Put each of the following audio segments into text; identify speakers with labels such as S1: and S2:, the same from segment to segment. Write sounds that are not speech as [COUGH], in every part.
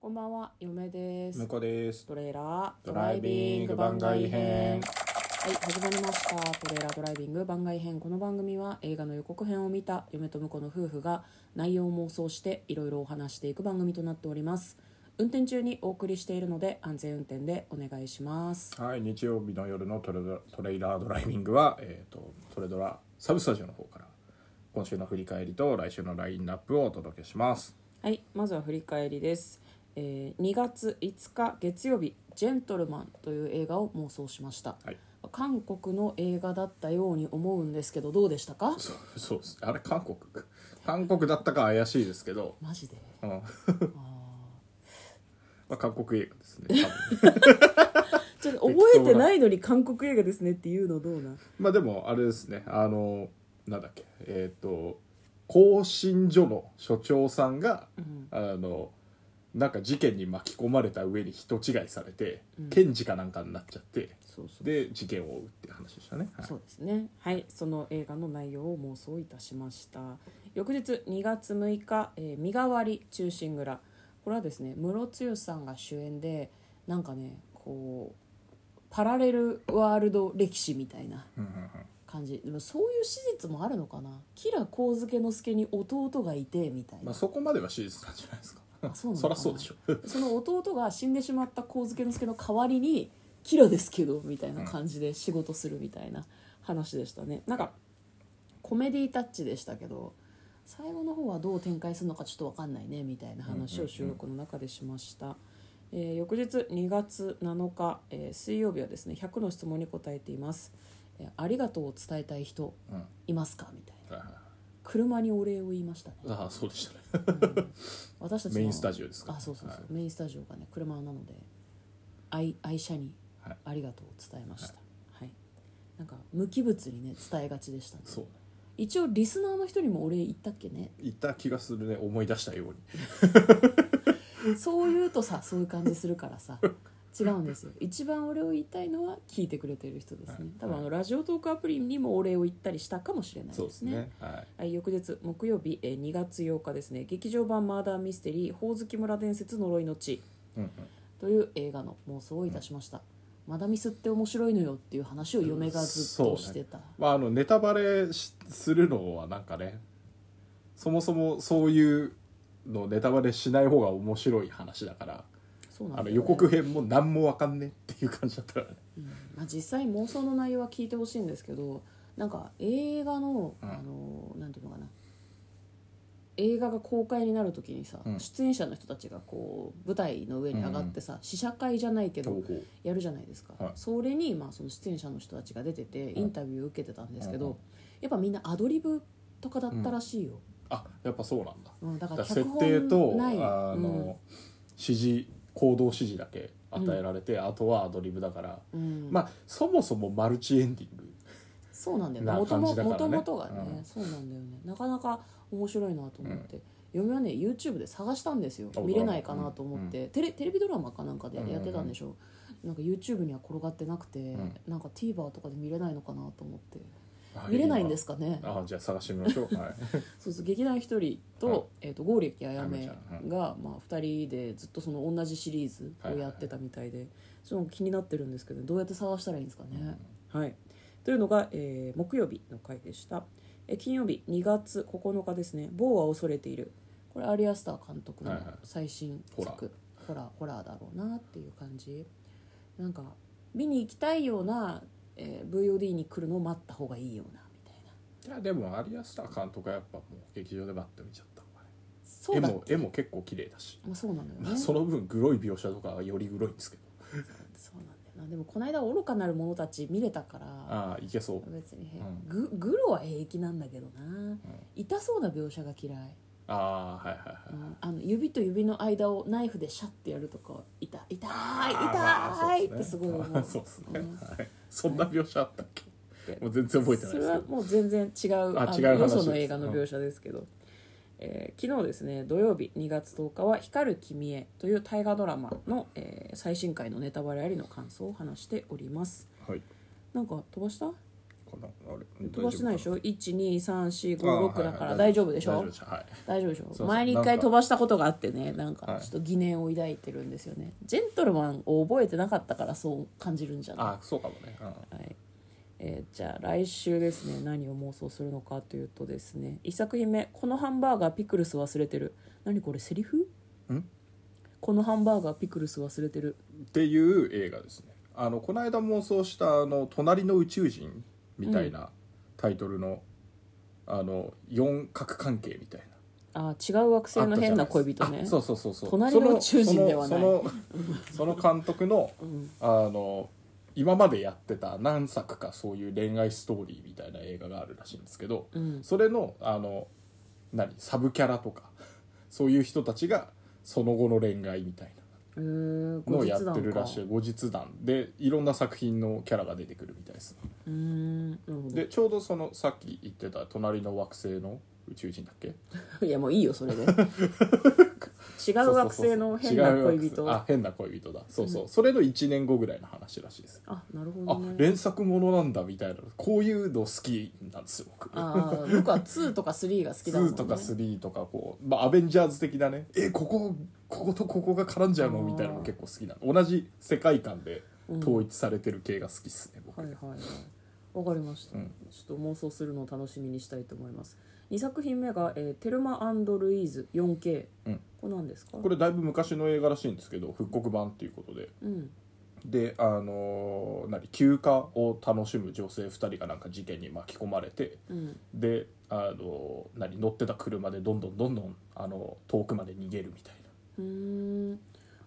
S1: こんばんは、嫁です
S2: 向。こうです。
S1: トレーラード
S2: ドライビング番外編
S1: はい、始まりました。トレーラードライビング番外編。この番組は映画の予告編を見た嫁と婿の夫婦が内容を妄想していろいろお話していく番組となっております。運転中にお送りしているので安全運転でお願いします。
S2: はい、日曜日の夜のトレドラトレイラードライビングは、えー、とトレドラサブスタジオの方から今週の振り返りと来週のラインナップをお届けします。
S1: はい、まずは振り返りです。えー2月5日月曜日、ジェントルマンという映画を妄想しました。
S2: はい、
S1: 韓国の映画だったように思うんですけど、どうでしたか
S2: そうそうですあれ韓国韓国だったか怪しいですけど、
S1: マジで
S2: うんま [LAUGHS] あ、韓国映画ですね。多分 [LAUGHS]
S1: ちょっと覚えてないのに韓国映画ですねっていうのどうな
S2: まあでもあれですねあのなんだっけえっ、と更新所の所長さんが、
S1: ん
S2: あのなんか事件に巻き込まれた上に人違いされて、検事かなんかになっちゃって。
S1: そうそ
S2: で事件を追うっていう話でしたね、はい
S1: そうですねはいその映画の内容を妄想いたしました翌日2月6日「えー身代わり忠臣蔵」これはですねムロツヨシさんが主演でなんかねこうパラレルワールド歴史みたいな
S2: うんうんうん
S1: 感じでもそういう史実もあるのかな吉良上野之助に弟がいてみたい
S2: ま
S1: な
S2: あ、そこまでは史実なんじゃないですか
S1: あそうなの
S2: そ
S1: か
S2: り
S1: な
S2: ゃそうでし
S1: そ
S2: ょ
S1: の弟が死んでしまった上野之助の代わりに「キラですけど」みたいな感じで仕事するみたいな話でしたねなんかコメディタッチでしたけど最後の方はどう展開するのかちょっと分かんないねみたいな話を収録の中でしました、えー翌日2月7日、えー水曜日はですね100の質問に答えています、えーありがとうを伝えたい人
S2: うんはい
S1: いますか?」みたいな
S2: はい
S1: 車にお礼を言いましたね
S2: ああそうでしたね
S1: 私たちの
S2: メインスタジオですか
S1: あそうそうそう、
S2: は
S1: メインスタジオがね車なので愛愛車に
S2: はい
S1: ありがとうを伝えましたはい、なんか無機物にね伝えがちでしたね
S2: そうね
S1: 一応リスナーの人にもお礼言ったっけね
S2: 言った気がするね思い出したように
S1: そう言うとさそういう感じするからさ違うんですよ一番お礼を言いたいのは聞いてくれてる人ですね、
S2: はい
S1: 多分あのラジオトークアプリにもお礼を言ったりしたかもしれない
S2: そう
S1: で
S2: ですす
S1: ね
S2: ねはい
S1: はい、翌日木曜日、えー2月8日ですね劇場版「マーダーミステリーほおずき村伝説呪いの地」
S2: うんうん
S1: という映画の妄想をいたしました、マダミスって面白いのよっていう話を嫁がずっとしてた、
S2: まああのネタバレしするのはなんかねそもそもそういうのネタバレしない方が面白い話だから
S1: そうなん
S2: あ
S1: だ
S2: の
S1: よね
S2: 予告編も何もわかんねえっていう感じだったからね
S1: うんまあ、実際妄想の内容は聞いてほしいんですけどなんか映画の、
S2: うん
S1: あのなんていうのかな映画が公開になる時にさ、
S2: うん
S1: 出演者の人たちがこう舞台の上に上がってさ、試写会じゃないけど、
S2: ほう
S1: やるじゃないですか、
S2: はい
S1: それに、まあ、その出演者の人たちが出ててインタビューを受けてたんですけど、
S2: うんうん
S1: やっぱみんなアドリブとかだったらしいよ、
S2: あやっぱそうなんだ
S1: うんだか
S2: だからら
S1: 脚
S2: 設
S1: 本
S2: 定と
S1: ない
S2: あの、指示行動指示だけ与えられて、あとはアドリブだから、
S1: うんうん
S2: まあそもそもマルチエンディング
S1: そうなんだよ
S2: な
S1: もとも
S2: 感じだからね
S1: ともとがね、
S2: うん
S1: そうなんだよねなかなか面白いなと思って、嫁はね YouTube で探したんですよ
S2: あ
S1: 見れないかなと思って、テレテレビドラマかなんかでやってたんでしょ、なんか YouTube には転がってなくて、
S2: ん
S1: なんか TVer とかで見れないのかなと思って見れないんですかね
S2: あじゃあ探してみまし
S1: [LAUGHS]
S2: ょうはい
S1: そうそう劇団ひとりと,、えー、と剛力あやめ
S2: あやめちゃん
S1: が、まあ、2人でずっとその同じシリーズをやってたみたいで、その気になってるんですけどどうやって探したらいいんですかね。はい、というのが、えー木曜日の回でした、えー金曜日2月9日ですね「某は恐れている」これアリアスター監督の
S2: はいはい
S1: 最新
S2: ホラ
S1: 作、
S2: ー
S1: ホラーホラーだろうなっていう感じなんか見に行きたいような、えー VOD に来るのを待った方がいいようなみたいない
S2: やでもアリアスター監督はやっぱもう劇場で待ってみちゃった方がね
S1: そうだ
S2: 絵も絵も結構綺麗だし、
S1: まあ、そうなのよ
S2: まあ
S1: ね
S2: その分グロい描写とかはよりグロいんですけど
S1: そうなんだよなでもこの間愚かなる者たち見れたから
S2: ああいけそう
S1: 別に、
S2: うん
S1: ぐグロは平気なんだけどな、痛そうな描写が嫌い、
S2: ああはいはいはい、
S1: うんあの指と指の間をナイフでシャッてやるとか痛い痛い
S2: あ
S1: 痛い、
S2: ーまあ
S1: ってすごい思う
S2: [LAUGHS] そうですね,、
S1: うん
S2: はい、そんな描写あったっけ
S1: で
S2: もう全然覚えてない
S1: それ
S2: ですけ
S1: は
S2: ど
S1: もう全然違う
S2: あ
S1: の
S2: 違う話
S1: よそ
S2: です
S1: の映画の描写ですけど、えー昨日ですね土曜日2月10日は「光る君へ」という大河ドラマの、えー最新回のネタバレありの感想を話しております
S2: はい
S1: なんか飛ばした
S2: こかなあれ
S1: 飛ばしてないでし
S2: ょ
S1: ょ12345だから大丈夫でしょ、
S2: はい
S1: 大丈夫でしょ
S2: うそう
S1: 前に一
S2: なん
S1: 回
S2: か
S1: 飛ばしたことがあってねなんか
S2: はい
S1: ちょっと疑念を抱いてるんですよね、ジェントルマンを覚えてなかったからそう感じるんじゃない
S2: あそうかもね、うん
S1: はいえーじゃあ来週ですね何を妄想するのかというとですね1作品目「このハンバーガーピクルス忘れてる」何これセリフ
S2: ん
S1: このハンバーガーピクルス忘れてる
S2: っていう映画ですねあのこの間妄想したあの「隣の宇宙人」みたいなタイトルの,、あの四角関係みたいな
S1: あー違う惑星の変な恋人ね
S2: あそうそうそうそう
S1: 隣の宇宙人ではない
S2: そのそのその監督の,、あの今までやってた何作かそういう恋愛ストーリーみたいな映画があるらしいんですけど、
S1: うん
S2: それのあの何サブキャラとか [LAUGHS] そういう人たちがその後の恋愛みたいな
S1: うーん後
S2: のを
S1: 日
S2: やって
S1: 談
S2: る
S1: から
S2: しい後日談でいろんな作品のキャラが出てくるみたいです
S1: うーんなるほ
S2: でちょうどそのさっき言ってた隣の惑星の宇宙人だっけ
S1: ど [LAUGHS] いやもういいよそ
S2: [LAUGHS]
S1: れで違う惑星の変な恋
S2: 違う惑
S1: 人
S2: 星あ変な恋人だそうそう、それの1年後ぐらいの話らしいです、
S1: あなるほ
S2: あ
S1: どね
S2: 連作ものなんだみたいなこういうの好きなんですよ僕
S1: ああ僕は2とか3が好きだもん
S2: [LAUGHS] 2
S1: ね
S2: とか3とかこう、まあ、アベンジャーズ的なねえこここことここが絡んじゃうの
S1: あー
S2: みたいなのも結構好きなの同じ世界観で統一されてる系が好きっすね、僕
S1: はいはいはいわかりました、
S2: うん
S1: ちょっと妄想するのを楽しみにしたいと思います2作品目が、えーテルマルイーズ 4K」
S2: うん
S1: これなんですか
S2: これだいぶ昔の映画らしいんですけど復刻版っていうことで
S1: うん
S2: であのー何休暇を楽しむ女性2人がなんか事件に巻き込まれて
S1: うん
S2: であのー何乗ってた車でどんどんどんどんあの遠くまで逃げるみたいな
S1: うーん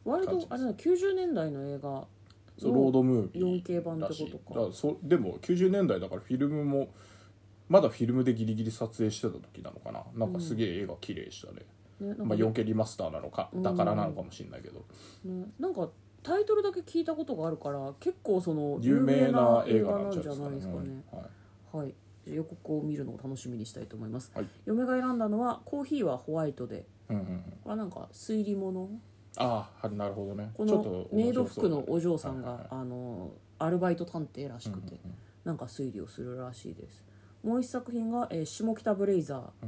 S1: 割
S2: 感じ
S1: と
S2: です
S1: あれだな90年代の映画
S2: そうロードムービー
S1: 4K 版ってことから
S2: しいだらそでも90年代だからフィルムもまだフィルムでギリギリ撮影してた時なのかななんかすげえ絵が綺麗でしたね、
S1: ねなんか,、
S2: まあ、4K リマスターなのかだからなのかもしれないけど、
S1: ねなんかタイトルだけ聞いたことがあるから結構その
S2: 有名な映画な
S1: 有
S2: ん
S1: 名
S2: じゃ
S1: じゃな
S2: ないい
S1: で
S2: ですす
S1: か
S2: か
S1: ね、
S2: ね、はい
S1: はい、じゃあ予告を見るのを楽しみにしたいと思います、
S2: はい
S1: 嫁が選んだのは「コーヒーはホワイトで
S2: うんうんうん」
S1: これはなんか推理物
S2: ああなるほどね
S1: こ
S2: ちょっと
S1: のメイド服のお嬢さん
S2: はいは
S1: が
S2: い
S1: あのアルバイト探偵らしくて
S2: うんうんうん
S1: なんか推理をするらしいですもう一作品が「えー下北ブレイザー」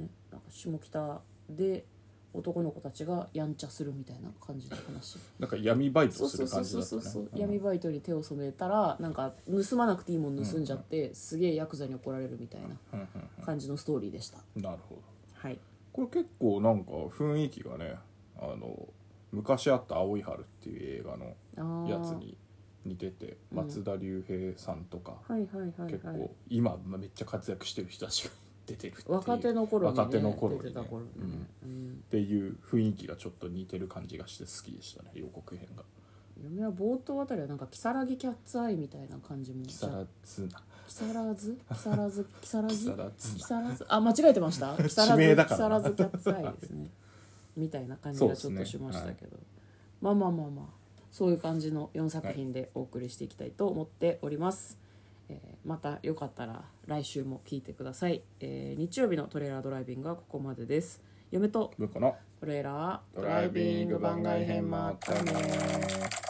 S1: ね、なんか下北で男の子たちがやんちゃするみたいな感じの話
S2: なんか闇バイ
S1: そ
S2: ト
S1: う
S2: す
S1: そう
S2: る
S1: そ
S2: 感
S1: う
S2: じ
S1: そ
S2: だ
S1: う
S2: った
S1: そう
S2: ね
S1: そう、
S2: うん
S1: 闇バイトに手を染めたらなんか盗まなくていいもん盗んじゃって、すげえヤクザに怒られるみたいな
S2: うんうん
S1: 感じのストーリーでした、
S2: うんなるほど
S1: はい
S2: これ結構なんか雰囲気がねあの昔あった「青い春」っていう映画の
S1: あー
S2: やつに似てて松田龍平さんとか、
S1: はいはいはい
S2: 結
S1: はい
S2: 構今めっちゃ活躍してる人たちが出てるっていう
S1: 若手の頃に、ね、
S2: 若手の頃に
S1: 出
S2: ね
S1: てた頃に
S2: うん
S1: ね、うん
S2: っていう雰囲気がちょっと似てる感じがして好きでしたね予告編が
S1: 嫁は冒頭あたりはなんか「如月キャッツアイ」みたいな感じも
S2: 「木更津な [LAUGHS]
S1: 木更津木更津木更
S2: 木
S1: 津
S2: 更津
S1: 木
S2: な
S1: 更津あ間違えてま
S2: [LAUGHS]
S1: した木更津
S2: 地名だか
S1: 木
S2: らな
S1: 更津キャッツアイですねみたいな感じがちょっとしましたけど、まあまあまあまあそういう感じの4作品でお送りしていきたいと思っております、えーまたよかったら来週も聞いてください、えー日曜日のトレーラードライビングはここまでです嫁と
S2: どうかな
S1: トレーラード
S2: ドライビング番外編もあったね